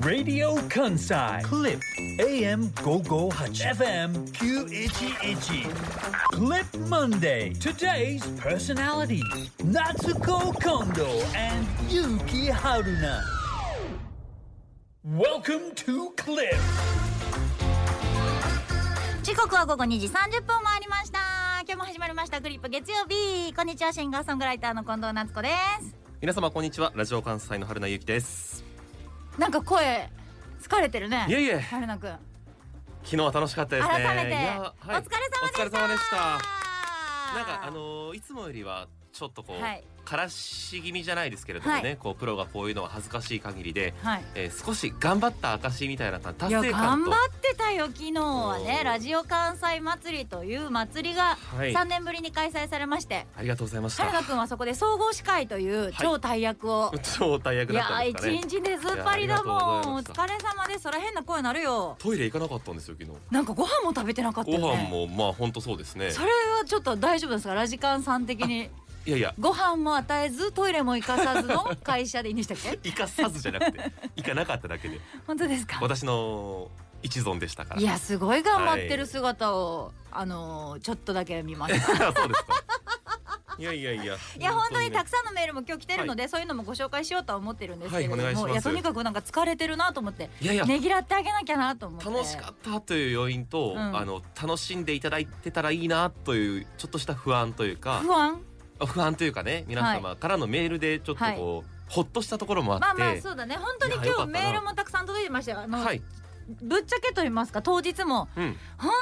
ラディオ関西クリップ AM558FM911 Clip Monday Today's personality Natsuko Kondo and Yuki Haruna Welcome to Clip 時刻は午後2時30分を回りました今日も始まりましたグリップ月曜日こんにちはシンガーソングライターの近藤夏子で皆様こんにちはラジオ関西の春名ゆきですすなんか声疲れてるねいえいえ春菜くん昨日は楽しかったですね改めて、いやはいお疲れ様でしたお疲れ様でしたなんかあのーいつもよりはちょっとこう、はいからし気味じゃないですけれどもね、はいこうプロがこういうのは恥ずかしい限りで、はいえー少し頑張った証みたいな達いや成感頑と張ってたよ昨日はねおーラジオ関西祭りという祭りがはい3年ぶりに開催されまして、ありがとうございまし春菜たくんはそこで総合司会という超大役を、超大役いだやったんーですかね一日ねずっぱりだもいやありがんとうおございま疲れ様ですそら変な声なるよトイレ行かなかったんですよ昨日なんかご飯も食べてなかったごよね飯もまあ本当そうですねそれはちょっと大丈夫ですかラジカンさん的にいやいやご飯も与えずトイレも行かさずの会社でいいんでしたっ け行かさずじゃなくて行かなかっただけで本当ですか私の一存でしたからいやすごい頑張ってはるい姿を、あのーちょっとだけ見 ましたそうですかいやいやいやいや本当にねたくさんのメールも今日来てるので、そういうのもご紹介しようとは思ってるんですけれども、はいお願いしますやとにかくなんか疲れてるなと思っていやいやねぎらってあげなきゃなと思って楽しかったという要因と、うんあの楽しんでいただいてたらいいなというちょっとした不安というか不安不安というかね皆様からのメールでちょっとこう、ほっとしたところもあって、まあまあそうだね本当にいやよ今日かったメなールもたくさん届いてましたよあの、はい、ぶっちゃけと言いますか当日もうん、本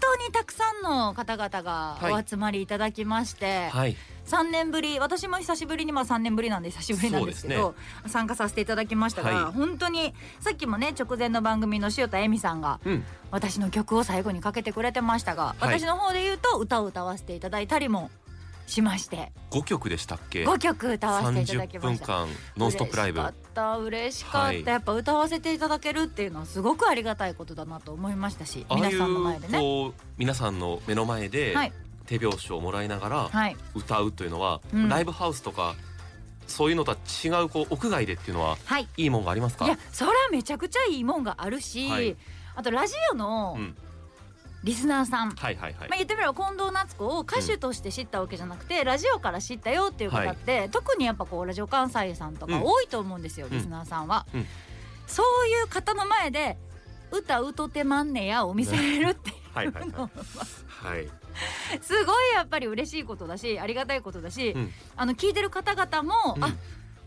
当にたくさんの方々がはいお集まりいただきまして、はい、 3年ぶり私も久しぶりにまあ3年ぶりなんで久しぶりなんですけそうど参加させていただきましたが、はい本当にさっきもね直前の番組の塩田恵美さんがうん、私の曲を最後にかけてくれてましたが、はい私の方で言うと歌を歌わせていただいたりもしまして五曲でしたっけ？ 5曲歌わせていただき30ま分した。間ノンストップライブ嬉しかった嬉しかった、はいやっぱ歌わせていただけるっていうのはすごくありがたいことだなと思いましたしああ皆いさんの前でうね。こう皆さんの目の前ではい手拍子をもらいながらはい歌うというのは、うんライブハウスとかそういうのとは違うこう屋外でっていうのははいいいもんがありますか？いやそれはめちゃくちゃいいもんがあるし、はいあとラジオのうんリスナーさん、はいはいはいまあ、。言ってみれば近藤夏子を歌手として知ったわけじゃなくて、ラジオから知ったよっていう方って、特にやっぱこうラジオ関西さんとかうん多いと思うんですよ、うんリスナーさんは、うんそういう方の前で「歌うとてまんねや」を見せれるってはいいうはいのはい。はい。すごいやっぱり嬉しいことだしありがたいことだし、うんあの聞いてる方々も、うんあ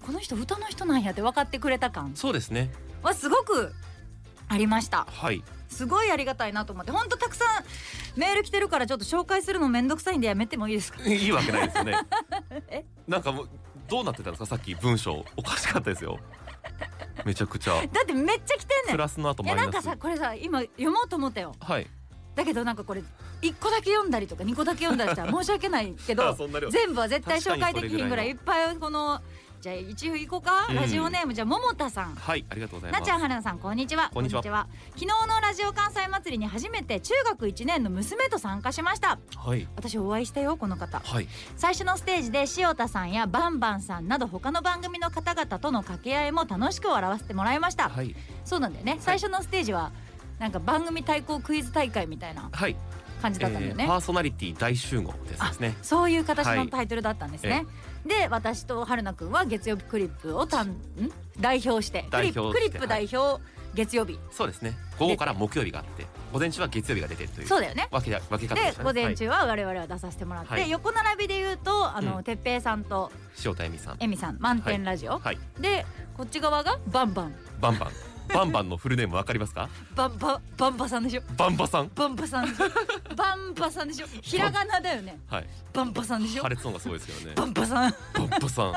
この人歌の人なんやって分かってくれた感そうですね。はすごくありました。はい。すごいありがたいなと思ってほんとたくさんメール来てるからちょっと紹介するのめんどくさいんでやめてもいいですかいいわけないですよね え。なんかもうどうなってたんですかさっき文章おかしかったですよ。めちゃくちゃだってめっちゃ来てんプねラスの後んいマやイなんナかス。さこれさ今読もうと思ったよはい。だけどなんかこれ1個だけ読んだりとか2個だけ読んだりしたら申し訳ないけどあ そんな量全部は絶対紹介できひんぐらいいっ確ぱいこのじゃあ一応行こうか、うんラジオネームじゃあ桃田さんはいありがとうございまなす。ちゃんはるなさんこんにちはこんにちは昨日のラジオ関西祭りに初めて中学1年の娘と参加しましたはい私お会いしたよこの方はい最初のステージで塩田さんやバンバンさんなど他の番組の方々との掛け合いも楽しく笑わせてもらいました、はいそうなんだよね最初のステージはなんか番組対抗クイズ大会みたいなはい。感じえだったんだよーね、パーソナリティ大集合ですですね。そういう形はのいタイトルだったんですえね、で私と春菜くんは月曜日クリップをたんん代表して代表してクリップクリップ代表、月曜日そうですね。午後から木曜日があって午前中は月曜日が出てるという。そうだだよねわけだわけ方ででしたね。午前中は我々は出させてもらって、はい横並びで言うとあの、うんてっぺいさんとはい塩田恵美さん。えみさん満点ラジオ、はいでこっち側がバンバンバンバンバンバンのフルネームわかりますか？バンババンバさんでしょバンバさん。バンバさん でしょバンバさんでしょひらがなだよねはい。バンバさんでしょ破裂音がすごいですけどね。バンバさんバンバさん。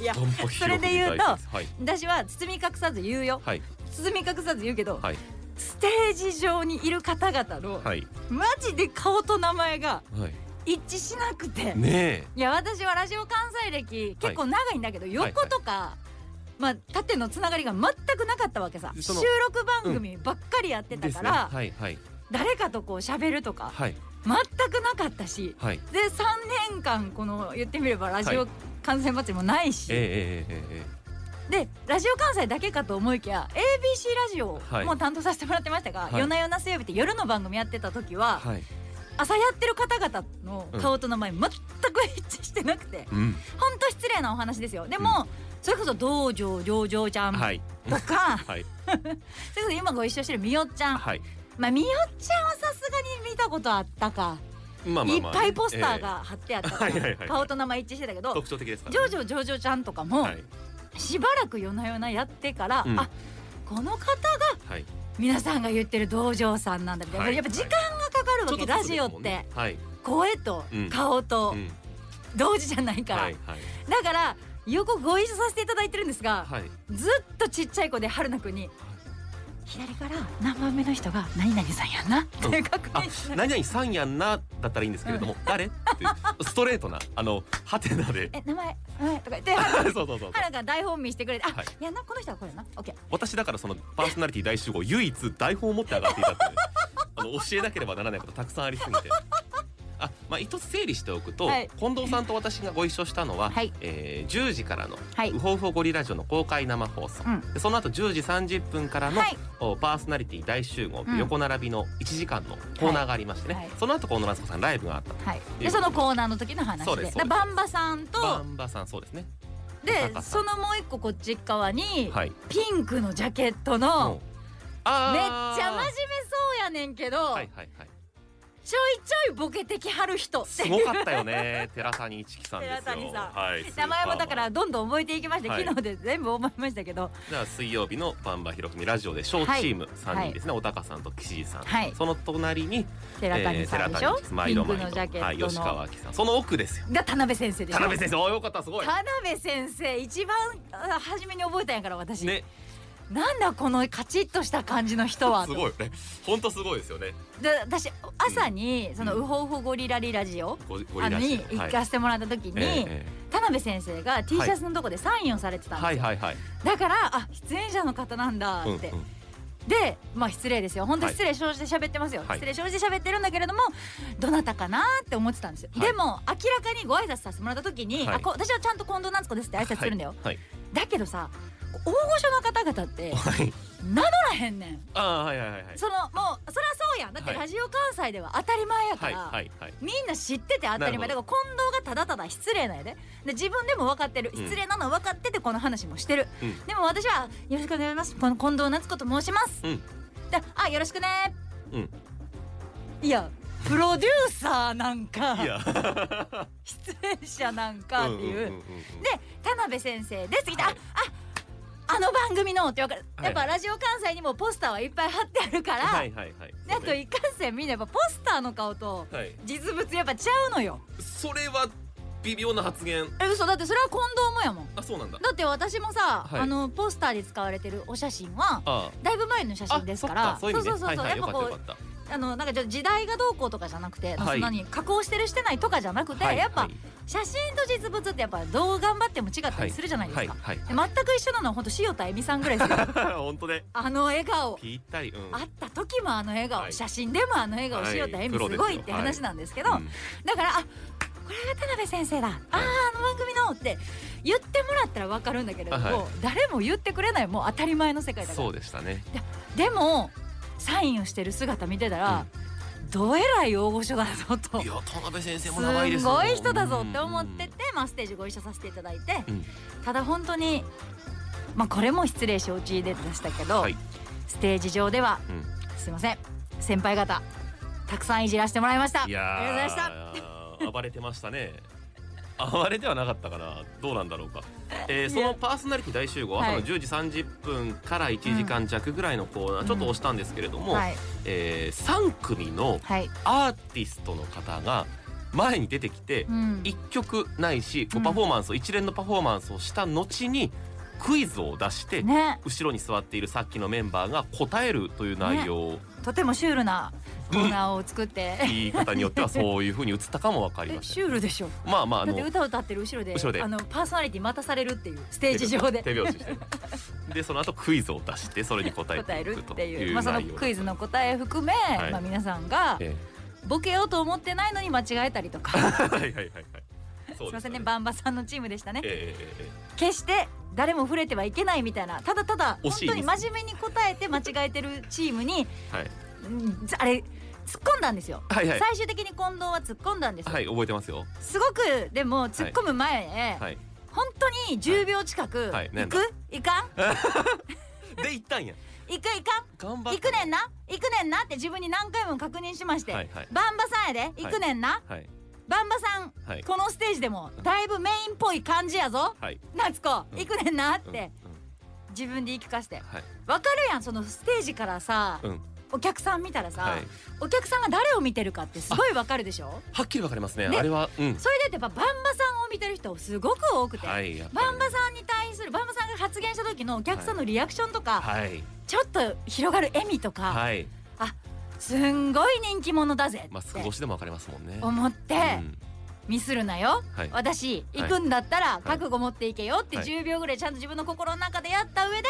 いやバンバそれで言うと広く大好きですはい私は包み隠さず言うよはい包み隠さず言うけど、はいステージ上にいる方々の、はいマジで顔と名前がはい。一致しなくて、ねいや私はラジオ関西歴結構長いんだけど、横とか、まあ、縦のつながりが全くなかったわけさ収その録番組ばっかりやっえてたですかねら、はいはい誰かとこう喋るとかはい全くなかったしはいで3年間この言ってみればラジはオ関西祭りもないし、えええええええでラジオ関西だけかと思いきや ABC ラジオはいも担当させてもらってましたが、はい夜な夜な水曜日って夜の番組やってた時えは、はい朝やってる方々の顔と名前全く一致してなくて、うんほんと失礼なお話ですよでも、それこそ道場上場ちゃんとか、はいはいそれこそ今ご一緒してるみよちゃん、はいまあみよちゃんはさすがに見たことあったか、まあまあまあいっぱいポスターえが貼ってあったから、はいはいはい顔と名前一致してたけえど特徴的ですからジョジョジョジョちゃんとかも、はいしばらく夜な夜なやってから、うんあこの方がはい皆さんが言ってる道場さんなんだみたいな、はいやっぱ時間がかかるわちょけ、っとラジオっずて、つですもんねはい声とうん顔とうん同時じゃないから、はいはいだから横ご一緒させていただいてるんですが、はいずっとちっちゃい子で春菜くんに左から何番目の人が何々さんやんなって確あ認し、ながら何々さんやんなだったらいいんですけれども、誰ってストレートなあのハテナでえ名前名前とか言って春 そうそうそうそう春が台本見してくれてあ、はいい、やなこの人はこれやなオッケー私だからそのパーソナリティ大集合唯一台本を持って上がっていたっていうあの教えなければならないことたくさんありすぎて。あまあ、一つ整理しておくと、はい近藤さんと私がご一緒したのは、はいえー10時からのはいうほうほゴリラジオ」の公開生放送、うんでその後10時30分からの、はいおパーソナリティ大集合といううん横並びの1時間のコーナーがありましてね、はいはいその後近藤夏子さんライブがあったはいでそのコーナーの時の話そうででですそうですバンバさんバとンバさんそうですねでバンそのもう一個こっち側に、はいピンクのジャケットの、うんめっちあゃー真面目そうやねんけど、はいはいはいちょいちょいボケてきはる人ってすいうごかったよね 寺谷一樹さんです寺よ谷さんはい、 名前もだかスーパーマらンどんどん覚えていきまして、はい昨日で全部覚えましたけどじゃあ水曜日のバンバひろくみラジオでショーチーム三人ですね、おたかさんと岸井さん、はいその隣に寺谷さんでしょえピンー、寺谷一樹ク毎度毎度のジャケッはい、ト吉の、川明さんその奥ですよが田辺先生でしょ田辺先生およかったすごい田辺先生一番あ初めに覚えたんやから私、ねなんだこのカチッとした感じの人はすごいよね本当すごいですよねで私朝にそのウホウホゴリラリラジオ、ごごあいのらにし行かせてもらった時に、えええ田辺先生が T シャツのとこでサインをされてえたんですよ、はいはいはい、だからあ出演者の方なんだうんうっんて、、でまあ失礼ですよ本当に失礼生じて喋ってますよ、はい失礼生じて喋ってるんだけれどもどなたかなって思ってたんですよ、はいでも明らかにご挨拶させてもらった時に、はいあこ私はちゃんと近藤夏子ですって挨拶するんだよ、はいだけどさ大御所の方々ってはい、はい、名乗らへんねんあーはいはいはいはいそのもうそりゃそうやんだってはいラジオ関西では当たり前やかはいら、はいはいみんな知ってて当たり前なだるから近藤がただただ失礼なんやでで自分でも分かってるうん失礼なのは分かっててこの話もしてる、うんでも私は「よろしくお願いしますこの近藤夏子と申します」うんであよろしくねうんいやプロデューサーなんかいや出演者なんかっていう,、んんんんうんで田辺先生ですって来て、はいあああの番組のって分かる、はいやっぱラジオ関西にもポスターはいっぱい貼ってあるから、はいはいはいであと一貫性みんなやっぱポスターの顔とはい実物やっぱちゃうのよそれは微妙な発言え嘘だってそれは近藤もやもんあそうなんだだって私もさ、はいあのポスターで使われてるお写真はあだいぶ前の写あ真ですからそっそういう意味ねそうそうそう、はいはい、やっぱよこかうったよかっあのなんかちょっと時代がどうこうとかじゃなくて、はいそんなに加工してるしてないとかじゃなくて、たはいやっぱはい写真と実物ってやっぱどう頑張っても違ったりするじゃないですか、はいはいで全く一緒なのは本当塩田恵美さんぐらいですよ 本当ね あの笑顔ぴったりうん会った時もあの笑顔、はい写真でもあの笑顔、はい塩田恵美プロですすよごいって話なんですけど、うんだからあこれが田辺先生だ、あああの番組のって言ってもらったら分かるんだけれども、はい誰も言ってくれないもう当たり前の世界だかそらうでしたねでもサインをしてる姿見てたら、どえらい大御所だぞといや田辺先生も長いですすごい人だぞって思ってて、まあ、ステージご一緒させていただいて、うんただ本当に、まあ、これも失礼承知でしたけど、はいステージ上では、うんすいません先輩方たくさんいじらせてもらいましたいありがとうございやましたー暴れてましたね暴れてはなかったかなどうなんだろうか、えーそのパーソナリティ大集合朝はのい10時30分から1時間弱ぐらいのコーナー、うんちょっと押したんですけれども、はいえ3組のはい、アーティストの方が前に出てきて、うん一曲ないしこううんパフォーマンスを、一連のパフォーマンスをした後にクイズを出して、ね後ろに座っているさっきのメンバーが答えるという内容、とてもシュールなコーナーを作って、言い方によってはそういうふうに映ったかもわかり えませシんュールでしょまあまああだっのて歌歌ってる後ろで後ろであのパーソナリティ待たされるっていうステージ上で手拍子してでその後クイズを出してそれに答え答てえいるくっとていういう、まあ、その内容だクイズの答え含め、いまあ、皆さんがえボケようと思ってないのに間違えたりとかえ はいはいはいはいそうすいませんねでバンバさんのチームでしたねえええええ決して誰も触れてはいけないみたいなただただ惜本しい当に真面目に答えて間違えてるチームにえはいうんあれ突っ込んだんですよ、はいはい最終的に近藤は突っ込んだんですよ、はい覚えてますよすごくでも突っ込む前、はい本当に10秒近く、はい行なく行かんで行ったんや行く行かん頑張っ行てくねんな行くねんなって自分に何回も確認しまして、はいはいバンバさんやで行くねんな、はいバンバさん、はいこのステージでもだいぶメインっぽい感じやぞはい夏子、うん行くねんなっうんて、うん自分で言い聞かせてはいわかるやんそのステージからさ、うんお客さん見たらさ、はいお客さんが誰を見てるかってすごいわかるでしょはっきりわかりますねねあれはうんそれでやっぱバンバさんを見てる人すごく多くて、はいやっぱりバンバさんに対するバンバさんが発言した時のお客さんのリアクションとか、はいちょっと広がる笑みとか、はいすんごい人気者だぜまあっ少てしでもわかりますもんね思って、うんミスるなよ、はい私はい行くんだったら覚悟持っていけよってはい10秒ぐらいちゃんと自分の心の中でやった上で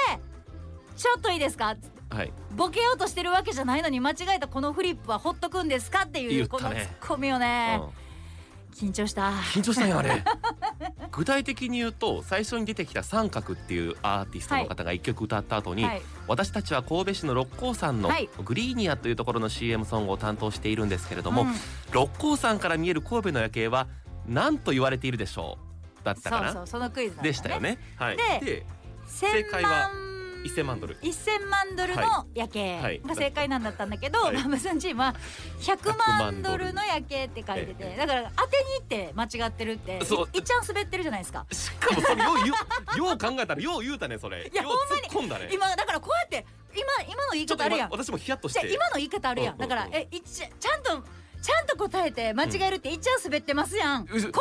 「ちょっといいですか?」はいボケようとしてるわけじゃないのに間違えたこのフリップはほっとくんですかってい言うったこのツねッコミをねうん緊張した緊張したんやあれ 具体的に言うと最初に出てきた「三角」っていうアーティストの方が一曲歌った後に、はい私たちは神戸市の六甲山のはいグリーニアというところの CM ソングを担当しているんですけれども、うん六甲山から見える神戸の夜景は何と言われているでしょうだったそかなうそうそのクイズだった、ね、でしたよね。はい、で正1000解は万1000万ドル1000万ドルの夜景が正解なんだったんだけど、はいバンバさんチームは100 100万万ドドルルの夜景って書いてえてだから当てに行って間違ってるってそういいっちゃん滑ってるじゃないですかしかもそれよう言う よう考えたらよう言うたねそれいやよう突っ込んだね今だからこうやって今今の言いちょっ方とあるや今ん私もヒヤッとしじゃあて今の言い方あるやんうんうんうだかんらえいちちゃんとちゃんと答えて間違えるっていっちゃん滑ってますやん、こうれずが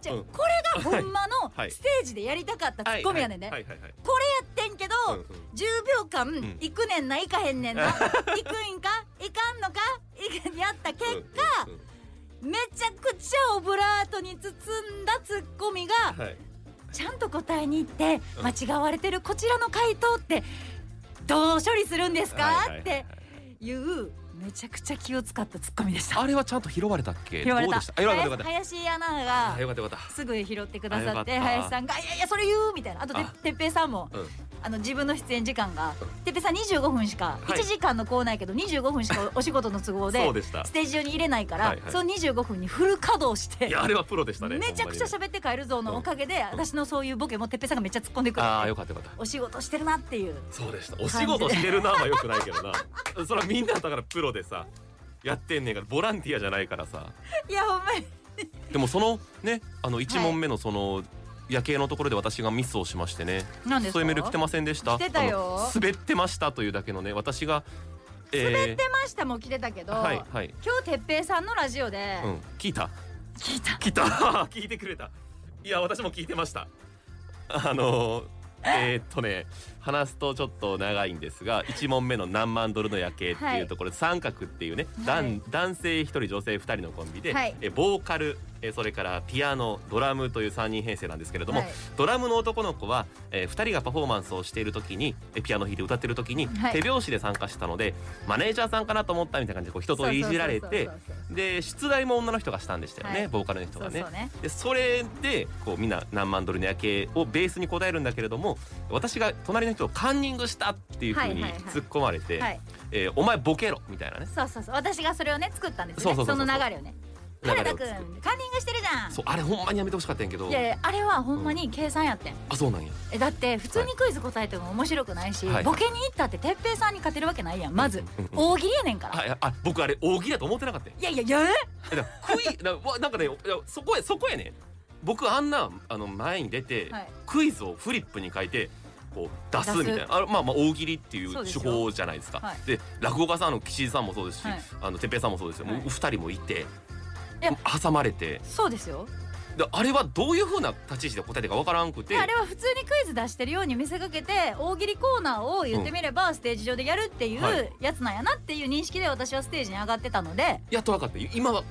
じゃあうんこれがほんまのはいステージでやりたかったツッコミやねんね、はいはいはいはいこれやってんけど、うんうん10秒間、ん行くねんな 行かへんねんな行くんか行かんのか行くやった結果、うんうんうめちゃくちゃオブラートに包んだツッコミ が、んはいちゃんと答えに行ってうん間違われてるこちらの回答ってどう処理するんですか、はいはいはいはいっていうめちゃくちゃ気を使ったツッコミでした。あれはちゃんと拾われたっけ拾われどうたでしたあよかったよかった林アナあがよかったよかっすぐ拾ってくだあさよかっったて林さんが「いやいやそれ言う」みたいなあとてあてっぺいさんもたうんあの自分の出演時間がてっぺいさん25分しか、はい1時間のコーナーやけど25分しかお お仕事の都合でそうでしたステージ上に入れないから、はいはいその25分にフル稼働していやあれはプロでしたねめちゃくちゃほんまにね喋って帰るぞのおかげで、私のそういうボケもてっぺいさんがめっちゃ突っ込んでくるああよかったよかったお仕事してるなっていうそうでしたお仕事してるなはよくないけどな それはみんなだからプロでさやってんねんからボランティアじゃないからさいやほんまにでもそのねあの1問目のその夜景のところで私がミスをしましてね何ですかそういうメール来てませんでした来てたよあの滑ってましたというだけのね私が滑えってましたも来てたけど、ーはいはい今日てっぺいさんのラジオで、うん聞いた聞いた来た 聞いてくれたいや私も聞いてましたあ のえーっとね話すとちょっと長いんですが1問目の何万ドルの夜景っていうところ、三角っていうね、だんはい男性1人女性2人のコンビで、はいえボーカルえそれからピアノドラムという3人編成なんですけれども、はいドラムの男の子は、え2人がパフォーマンスをしている時にえピアノ弾いて歌ってる時に、はい手拍子で参加したのでマネージャーさんかなと思ったみたいな感じでこう人といじられてそうそうそうそうで出題も女の人がしたんでしたよね、はいボーカルの人がね。そうそうねでそれでこうみんな何万ドルの夜景をベースに答えるんだけれども私が隣の人をカンニングしたっていうふうにはいはいはい突っ込まれて「はいえーお前ボケろ」みたいなねそうそうそう私がそれをね作ったんですねそうそうそうそうの流れをね流れを原作田っくてんカンニングしてるじゃんそうあれほんまにやめてほしかったんやけどいやいやあれはほんまに計算やってん、あそうなんやえだって普通にクイズ答えても面白くないし、はいボケに行ったっててっぺいさんに勝てるわけないやんまず、うんうん大喜利やねんから、あいやあ僕あれ大喜利だと思ってなかったんやい、やいやいやええだからクイだからわなんかねいやそこやそこやね僕あんなあの前に出て、はいクイズをフリップに書いてこう出す出すみたいなあれまあまあ大喜利っていそううで手すよ法じゃないですかはいで落語家さんの岸井さんもそうですし、はいあの哲平さんもそうですよ、はいもうお二人もいていや挟まれてそうですよでであれはどういうふうな立ち位置で答えてるかわからんくてであれは普通にクイズ出してるように見せかけて大喜利コーナーを言ってみればステージ上でやるっていはいやつなんやなっていう認識で私はステージに上がってたのでやっと分かった今は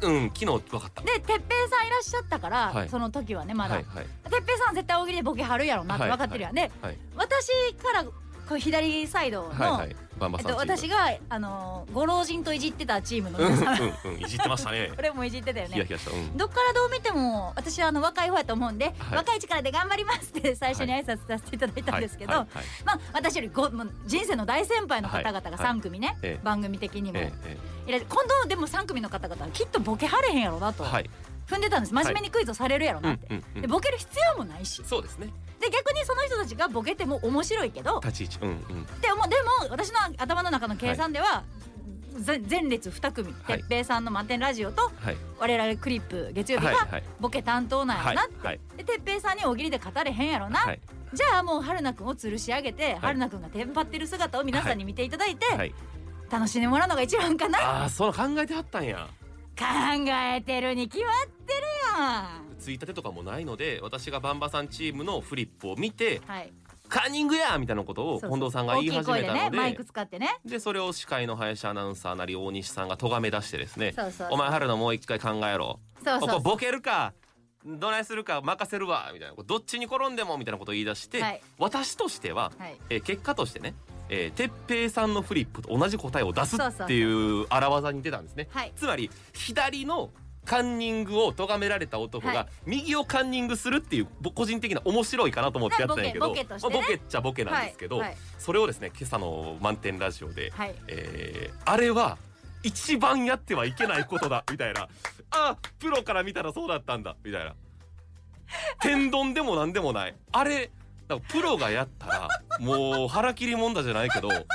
うん昨日分かったで哲平さんいらっしゃったから、はいその時はねまだはいはい哲平、さん絶対大喜利でボケ張るやろうなって分かってるやん、ではい私からこう左サイドの、はいはいバンバえっさんチと、ーム私が、あのーご老人といじってたチームのうん皆さん、うんうんいじってました ねこれもいじってたよヒ ヤねヒヤしたうんどっからどう見ても私はあの若い方やと思うんで、はい若い力で頑張りますって 最初に挨拶させていただいたんですけど、はいはいはいまあ、私よりごもう人生の大先輩の方々が3組ね、ええ番組的にも、ええいえら今度でも3組の方々はきっとボケはれへんやろなえとはい踏んでたんです真面目にクイズをされるやろなって、うんうんうんでボケる必要もないしそうですねで逆にその人たちがボケても面白いけど立ち位置うんうんでもでも私の頭の中の計算では、ぜ前列2組はい哲平さんの「満点ラジオ」とはい我々クリップ月曜日はいがはいボケ担当なんやろはいなって、はいで哲平さんに大喜利で語れへんやろな、はいじゃあもう春菜くんを吊るし上げて、春菜くんがテンパってる姿を皆さんに見ていただいて、はい楽しんでもらうのが一番かな、ああそう考えてはったんや考えてるに決まってるやんついたてとかもないので私がバンバさんチームのフリップを見てはいカンニングやみたいなことを近藤さんが言い始大きめたい声のでねマイでク使ってねでそれを司会の林アナウンサーなり大西さんが咎め出してですねそうそうそうお前春のもう一回考えろそうそうここボケるかどないするか任せるわみたいなどっちに転んでもみたいなことを言い出して、はい私としては、はいえー結果としてねえー哲平、さんのフリップと同じ答えを出そうすそうそうっていう荒技に出たんですね、はいつまり左のカンニングを咎められた男が、はい右をカンニングするっていう僕個人的な面白いかなと思ってやったんやけどボケボケとしてねまあボケっちゃボケなんですけど、はいはいそれをですね今朝の満点ラジオで、 はいえーあれは一番やってはいけないことだみたいな あプロから見たらそうだったんだみたいな天丼でも何でもないあれなんかプロがやったらもう腹切りもんだじゃないけ ど後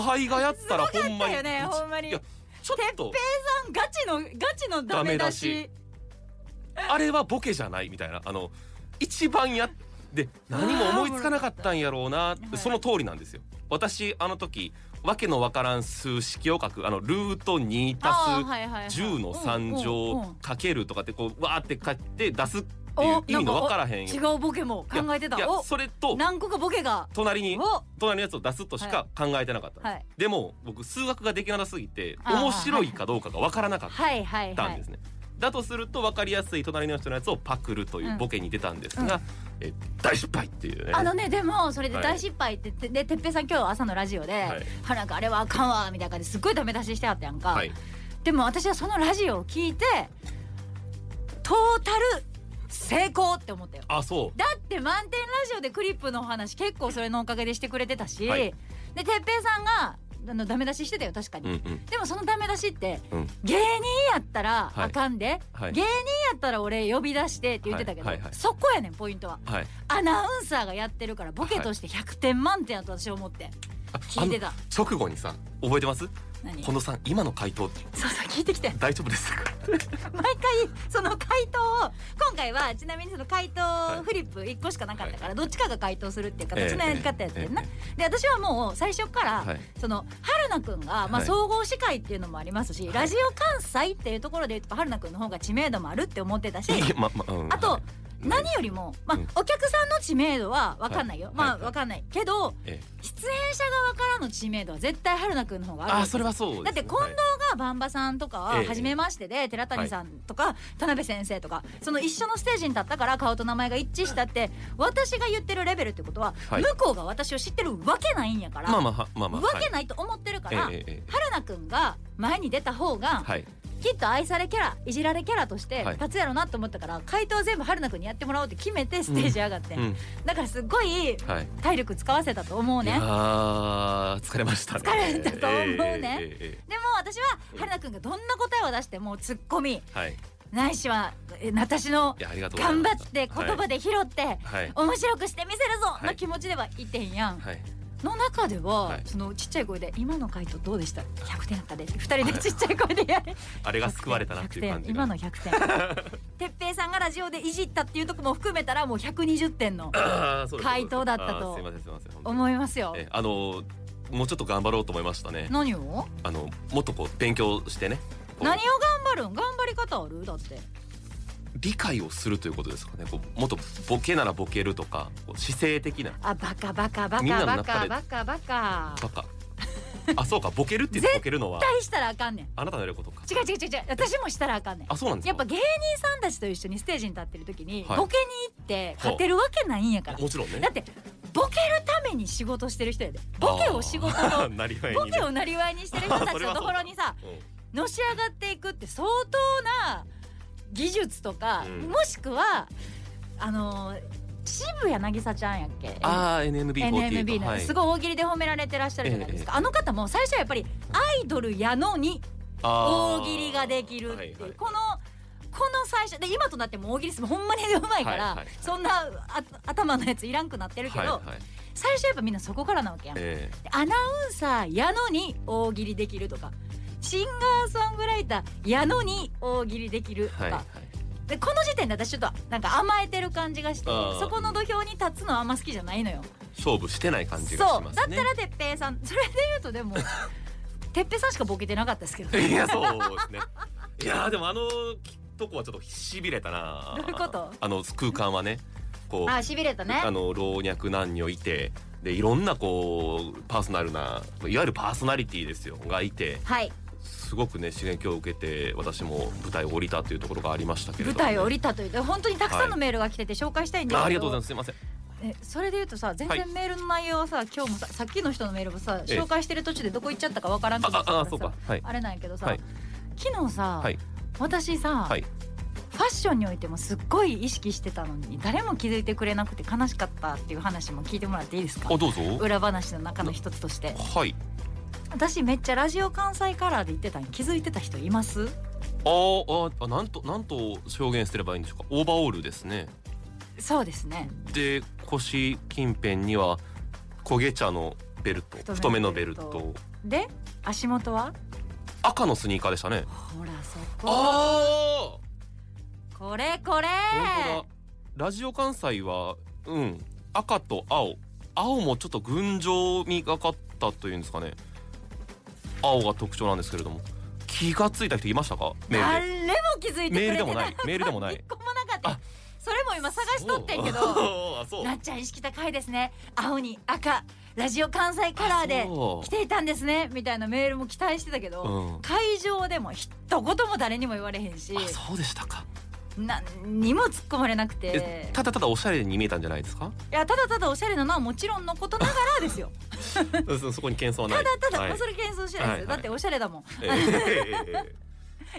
輩がやったらほんすごかっまにたよねほんまにいやちょっとガチのガチのダメ出しあれはボケじゃないみたいなあの一番やで何も思いつかなかったんやろうなはいその通りなんですよ私あの時わけのわからん数式を書くあのルート2あ足ーはいはいはいす10の3うんうんうん乗かけるとかってこうわーって書いて出すっていう意味のわからへん違いやうボケも考えてたいやおそれと何個かボケが隣にお隣のやつを出すとしか考えてなかったんではす、いでも僕数学ができなさすぎてあー面白いかどうかがわからなかったはいはいったはんでいすね。だとすると分かりやすい隣の人のやつをパクるというボケに出たんですが、うんえ大失敗っていうね。あのねでもそれで大失敗って、てでてっぺいさん今日朝のラジオで、はいはなんかあれはあかんわみたいな感じですっごいダメ出ししてあったやんか、はい、でも私はそのラジオを聞いてトータル成功って思ったよあそだって満点ラジオでクリップのお話結構それのおかげでしてくれてたし、はいでてっぺいさんがあのダメ出ししてたよ確かう。うに、んうんでもそのダメ出しってうん。芸人やったらはいあかんで、はい芸人やったら俺呼び出してって言ってたけど、はいはいはいそこやねんポイントははい。アナウンサーがやってるからボケとして100点満点やと私は思ってあ聞いてたあの直後にさ覚えてます？何近藤さん今の回そ答うそう聞いてきて大丈夫ですか？毎回その回答を今回はちなみにその回答いフリップ1個しかなかったかはらどっちかが回答するっていう形のええやり方やってんなええで私はもう最初からはいその春菜くんがまはあい総合司会っていうのもありますしいラジオ関西っていうところで言うと春菜くんの方が知名度もあるって思ってたしいいままうんあとはい何よりもまあうんお客さんの知名度は分かんないよはいまあはい分かんないけどええ出演者側からの知名度は絶対春菜くんの方があるあわけそれはそうでだすね、って近藤がバンバさんとかえはえ初めましてで寺谷さんとか田辺先生とかその一緒のステージに立ったから顔と名前が一致したって私が言ってるレベルってことははい向こうが私を知ってるわけないんやからまあわまあはまあまあけないと思ってるかはらい、ええええええ春菜くんが前に出た方がはいきっと愛されキャラいじられキャラとしてはい立つやろなと思ったから回答全部春菜くんにやってもらおうって決めてステージ上がってうんだからすっごいはい。体力使わせたと思ういね。やー疲れましたね。疲れたと思うねええええええでも私は春菜くんがどんな答えを出してもツッコミはい。いないしはえ私のやありがとうござ頑いま張す。って言葉で拾って、はい面白くしてみせるぞはいの気持ちではいってへんやん、はい。の中では、はいそのちっちゃい声で「今の回答どうでした ?100 点だったで」2人でちっちゃい声でやれあれが救われたなっていう感じ100点が。今の100点 哲平さんがラジオでいじったっていうとこも含めたらもう120点のあーそうです回答だったとあーすいませんすいません。本当に思いますよえあのもうちょっと頑張ろうと思いましたね。何をあのもっとこう勉強してね、こう何を頑張るん頑張り方あるだって理解をするということですかねこうもっとボケならボケるとかこう姿勢的なあバカバカバカみんなのバ中カでバカバカバカあそうかボケるって言ってボケるのは大したらあかんねんあなたのやることか違う違う違う違う私もしたらあかんねんあそうなんですやっかぱ芸人さんたちと一緒にステージに立ってる時に、はいボケに行って勝てるわけないんやからもちろんだねってボケるために仕事してる人やでボケを仕事あのー なりわいボにねケをなりわいにしてる人 たちのところにさうんのし上がっていくって相当な技術とか、うんもしくはあのー渋谷渚ちゃんやっけああ NMB48 NMB の、はいすごい大喜利で褒められてらっしゃるじゃないですか、ええあの方も最初はやっぱりアイドルやのにあー大喜利ができるって、はいいうはいこのこの最初で今となっても大喜利するほんまにうまいから、はいはいそんなあ頭のやついらんくなってるけど、はいはい最初やっぱみんなそこからなわけやん、えでアナウンサーやのに大喜利できるとかシンガーソングライターやのに大喜利できるとーか、はいはいでこの時点で私ちょっとなんか甘えてる感じがしてあーそこの土俵に立つのはあんま好きじゃないのよ。勝負してない感じがそしうまだっすねたらてっぺいさんそれで言うと でもてっぺいさんしかボケてなかったですけどどういやそうですねいやーでもあのとこはちょっとしびれたないうことあの空間はねこうあしびれたねあの老若男女いてでいろんなこうパーソナルないわゆるパーソナリティですよがいてはいすごくね刺激を受けて私も舞台を降りたというところがありましたけれど舞も台を降りたというで本当にたくさんのメールが来てて紹介したいんですけど、あありがとうございますすいませんえそれで言うとさ全然はいメールの内容はさ今日もささっきの人のメールもさええ紹介してる途中でどこ行っちゃったかわからんくなあっちゃあっあたそうからかさはいあれなんやけどさ、はい昨日さ、はい私さ、はいファッションにおいてもすっごい意識してたのに誰も気づいてくれなくて悲しかったっていう話も聞いてもらっていいですかあどうぞ裏話の中の一つとしてはい私めっちゃラジオ関西カラーで言ってたに気づいてた人いますあーああなんとなんと表現すればいいんでしょうかオーバーオールですねそうですねで腰近辺には焦げ茶のベルト太太めめののベベルルトトで足元は赤のスニーカーでしたねほらそこああこれこれ本当だラジオ関西はうん赤と青青もちょっと群青みがかったというんですかね青が特徴なんですけれども気がついた人いましたかメール誰でも気づいてくメれーてルでなもないいメールでもない一個もなかったあそれも 今探しとってんけどそうあそうなっちゃん意識高いですね青に赤ラジオ関西カラーでそ来うていたんですねみたいなメールも期待してたけど、うん会場でも一言も誰にも言われへんしあそうでしたか何にも突っ込まれなくてえただただおしゃれに見えたんじゃないですかいやただただおしゃれなのはもちろんのことながらですよそそこに謙遜はたないだただ、はいまあそれ謙遜してないですよ、はいはいだっておしゃれだもんええ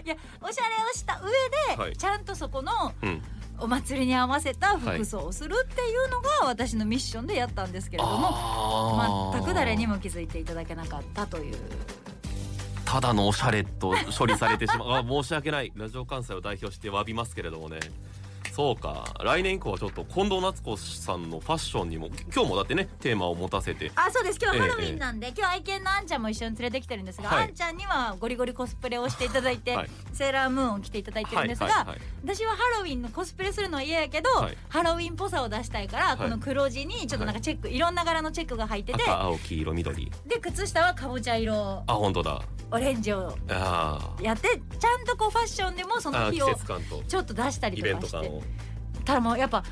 えいやおしゃれをした上えはでいちゃんとそこのうんお祭りに合わせた服装をするっていうのが私のミッションでやったんですけれども、あー全く誰にも気づいていただけなかったというただのおしゃれと処理されてしまうあ申し訳 ないラジオ関西を代表して詫びますけれどもねそうか来年以降はちょっと近藤夏子さんのファッションにもき今日もだってねテーマを持たせてあそうです今日はええハロウィンなんで、今日愛犬のあんちゃんも一緒に連れてきてるんですが、はいあんちゃんにはゴリゴリコスプレをしていただいて、はいセーラームーンを着ていただいてるんですが、い、私はハロウィンのコスプレするのは嫌やけど、はいハロウィンっぽさを出したいから、いこの黒地にちょっとなんかチェック、い、ろんな柄のチェックが入ってて赤青黄色緑で靴下はかぼちゃ色あ本当だオレンジをあーやってちゃんとこうファッションでもそあのー日季を節感とちょっと出したりイとベンかトし感てをただもうやっぱ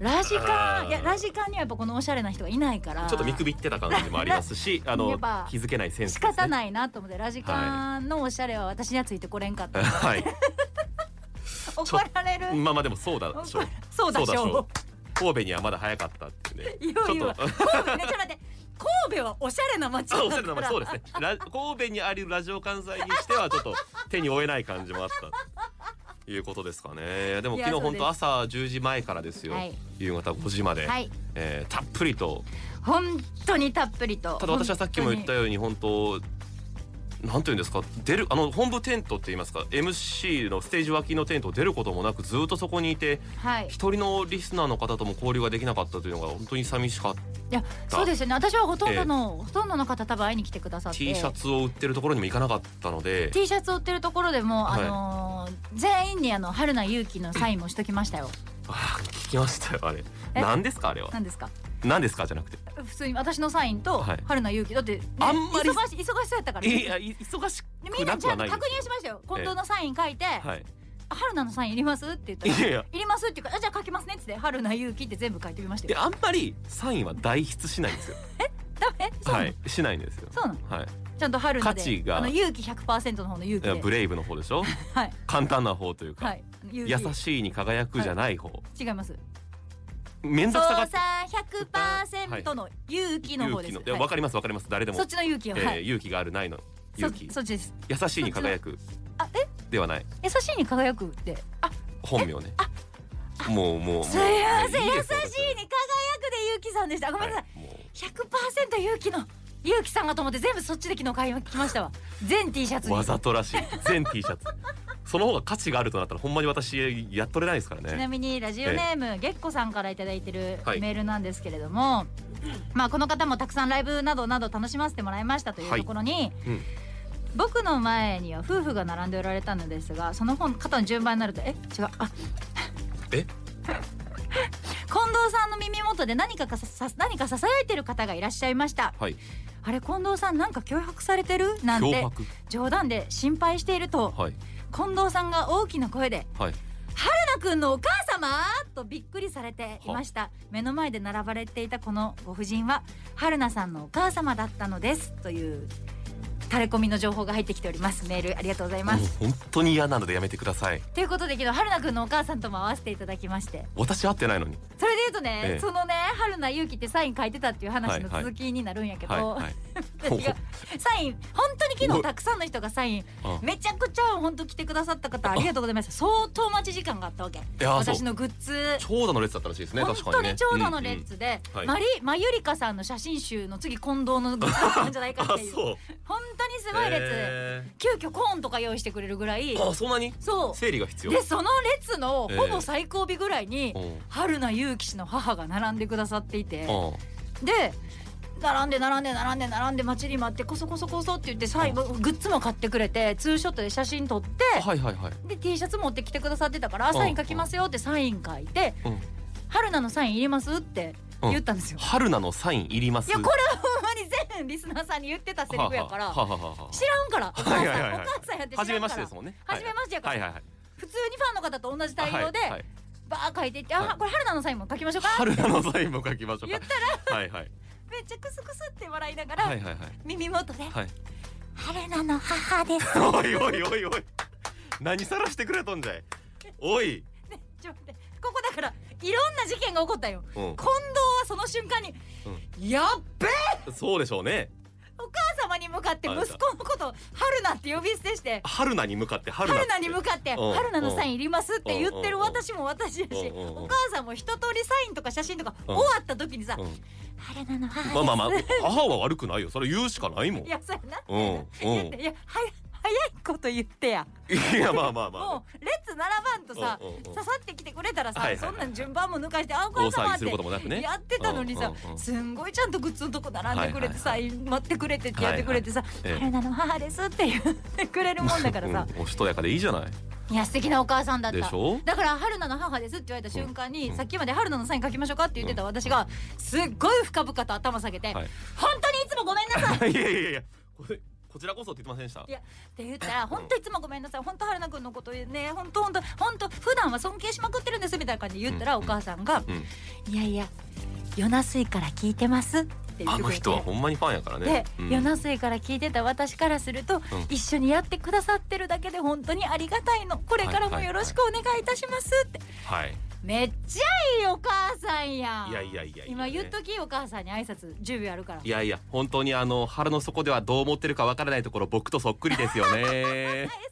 ラジカあンーいやラジカンにはやっぱこのおしゃれな人がいないからちょっと見くびってた感じもありますしあやのっぱ気づけないセンス仕です、ね、方ないなと思ってラジカンのおしゃれは私にはついてこれんかった、はい怒られる、まあまあでもそうだ怒らでしょうそうだしょう神戸にはまだ早かったっていうねいよいよちょ神戸っとねちょっと待って神戸はおしゃれな街だあ、からおしゃれな街そうですね。ラ神戸にあるラジオ関西にしてはちょっと手に負えない感じもあった。いうことですかね。でもいや昨日そう本です当朝10時前からですよ。はい夕方5時まで、はいえーたっぷりと。本当にたっぷりとただ私はさっきも言ったように本当。なんていうんですか出るあの本部テントって言いますか MC のステージ脇のテントを出ることもなくずっとそこにいてはい一人のリスナーの方とも交流ができなかったというのが本当に寂しかったいやそうですよね私はほとんどの、ほとんどの方多分会いに来てくださって T シャツを売ってるところにも行かなかったの で T シャツを売ってるところでも、はいあのー全員にあの春名勇気のサインもしときましたよあー聞きましたよあれえ何ですかあれは何ですか何ですかじゃなくて普通に私のサインとはい春菜勇気だって、ねあんまり忙し忙しそうやったから、いね、やい忙しでみくんななくちゃはんなといです確認しましたよ近藤のサイン書いて「はいあ春菜のサインいります?」って言ったら「いやいやいります?」って言うからあ「じゃあ書きますね」っつって「春菜勇気」って全部書いてみましたでよあんまりサインは代筆しないんですよダメ そうなの、はいしないんですよそうなのはいちゃんと春菜で価値があの勇気100%の方の勇気いやでブレイブの方 でしょはい簡単な方というか、はい勇優気しいに輝くじゃない方、違います面操倒くさがっ作て100%の勇気の方勇で気す、のはいいやわかりますわかります誰でもそっちの勇気えよ、ーはい勇気があるないのそ勇気そっちです優しいに輝くあえではない優しいに輝くってあ本名ねもうもうもうすいませんいい優でしすよいに輝くで勇気さんでしたあごめんなさい、はいもう100%勇気の勇気さんがと思って全部そっちで昨日買い来ました わ全 T シャツにわざとらしい全 T シャツ その方が価値があるとなったらほんまに私やっとれないですからちなねみにラジオネーム、げっこさんから頂いただいてるはいメールなんですけれども、まあこの方もたくさんライブなどなど楽しませてもらいましたというところに、うん僕の前には夫婦が並んでおられたのですがその本方の順番になるとえ違うあえ近藤さんの耳元で何かかささ何かささやいてる方がいらっしゃいましたはいあれ近藤さんなんか脅迫されてるなん脅て迫冗談で心配しているとはい近藤さんが大きな声ではいなくんのお母様とびっくりされていました目の前で並ばれていたこのご婦人は春菜さんのお母様だったのですというタレコミの情報が入ってきておりますメールありがとうございまもうす、本当に嫌なのでやめてくださいということで昨日春菜くんのお母さんとも合わせていただきまして私会ってないのにそれで言うとね、ええそのね春菜勇気ってサイン書いてたっていう話のはいはい続きになるんやけど、は いはい私がサイン本当に昨日たくさんの人がサインあめちゃくちゃ本当来てくださった方ありがとうございました相当待ち時間があったわけやそう私のグッズ長蛇の列だったらしいですね本確か当ににね長蛇のうんうん列で、うんうんマリマユリカさんの写真集の次近藤のグッズなんじゃないかっていう あそう本当にすごい列、へ急遽コーンとか用意してくれるぐらいーあそんなにそう整理が必要でその列のほぼ最後尾ぐらいに、うん春菜勇気氏の母が並んでくださっていて、うんで並んで並んで並んで並んで待ちに待ってこそこそこそって言って最後グッズも買ってくれてツーショットで写真撮って、はいはいはいで T シャツ持ってきてくださってたから「サイン書きますよ」ってサイン書いてうん「春菜のサインいります?」って言ったんですよ。春菜のサインいりますいやこれはほんまに全リスナーさんに言ってたセリフやからはははははは知らんからお母さん、はいはいはいはいお母さんやって知らんから初めましてですもんね初めましてやから、はいはいはい普通にファンの方と同じ対応で、はいはいバー書いていって「はあいこれ春菜のサインも書きましょうか」春菜のサインも書きましょうか言ったらはいはいめっちゃクスクスって笑いながら、はいはい耳元ではい「春菜の母ですはいおいおいおいおい何さらしてくれとんじゃいおい」ちょっと待ってここだからいろんな事件が起こったよ。うん近藤はその瞬間に「やっべえそうでしょうねお母様に向かって息子のことを春菜って呼び捨てして春菜に向かって春菜春菜に向かって「うん春菜のサインいります」って言ってるうん私も私やしうんお母さんも一通りサインとか写真とかう終んわった時にさうん「春菜の母です」ま あまあまあ母は悪くないよそれ言うしかないもんいやそうやなうん言っていや早い早いこと言ってやうんいやまあまあまあもう列並ばんとさうんうんうん刺さってきてくれたらはさいはいはそいんなん順番も抜かして「あお大母様」騒ぎっすることもなくてねやってたのにさうんうんうんすんごいちゃんとグッズのとこ並んでくれてさは待ってくれてってやってくれてさ「いはいええ春菜の母です」って言ってくれるもんだからさ うんおしとやかでいいじゃないいや素敵なお母さんだったでしょだから春菜の母ですって言われた瞬間に、うんさっきまで春菜のサイン書きましょうかって言ってた私がすっごい深々と頭下げて、はい本当にいつもごめんなさいっいやいやいやこれこちらこそって言ってませんでしたいやて言ったら本当いつもごめんなさい本当春菜くんのことね本当本当本当普段は尊敬しまくってるんですみたいな感じで言ったら、うんお母さんが、うんいやいや夜なすいから聞いてますって言っあてくのれて人はほんまにファンやからねで、うん夜なすいから聞いてた私からすると、一緒にやってくださってるだけで本当にありがたいのこれからもよろしくお願いいたしますってはいめっちゃいいお母さんやんいやいやいやいや今言っときお母さんに挨拶10秒あるからいやいや本当にあの腹の底ではどう思ってるかわからないところ僕とそっくりですよねえそ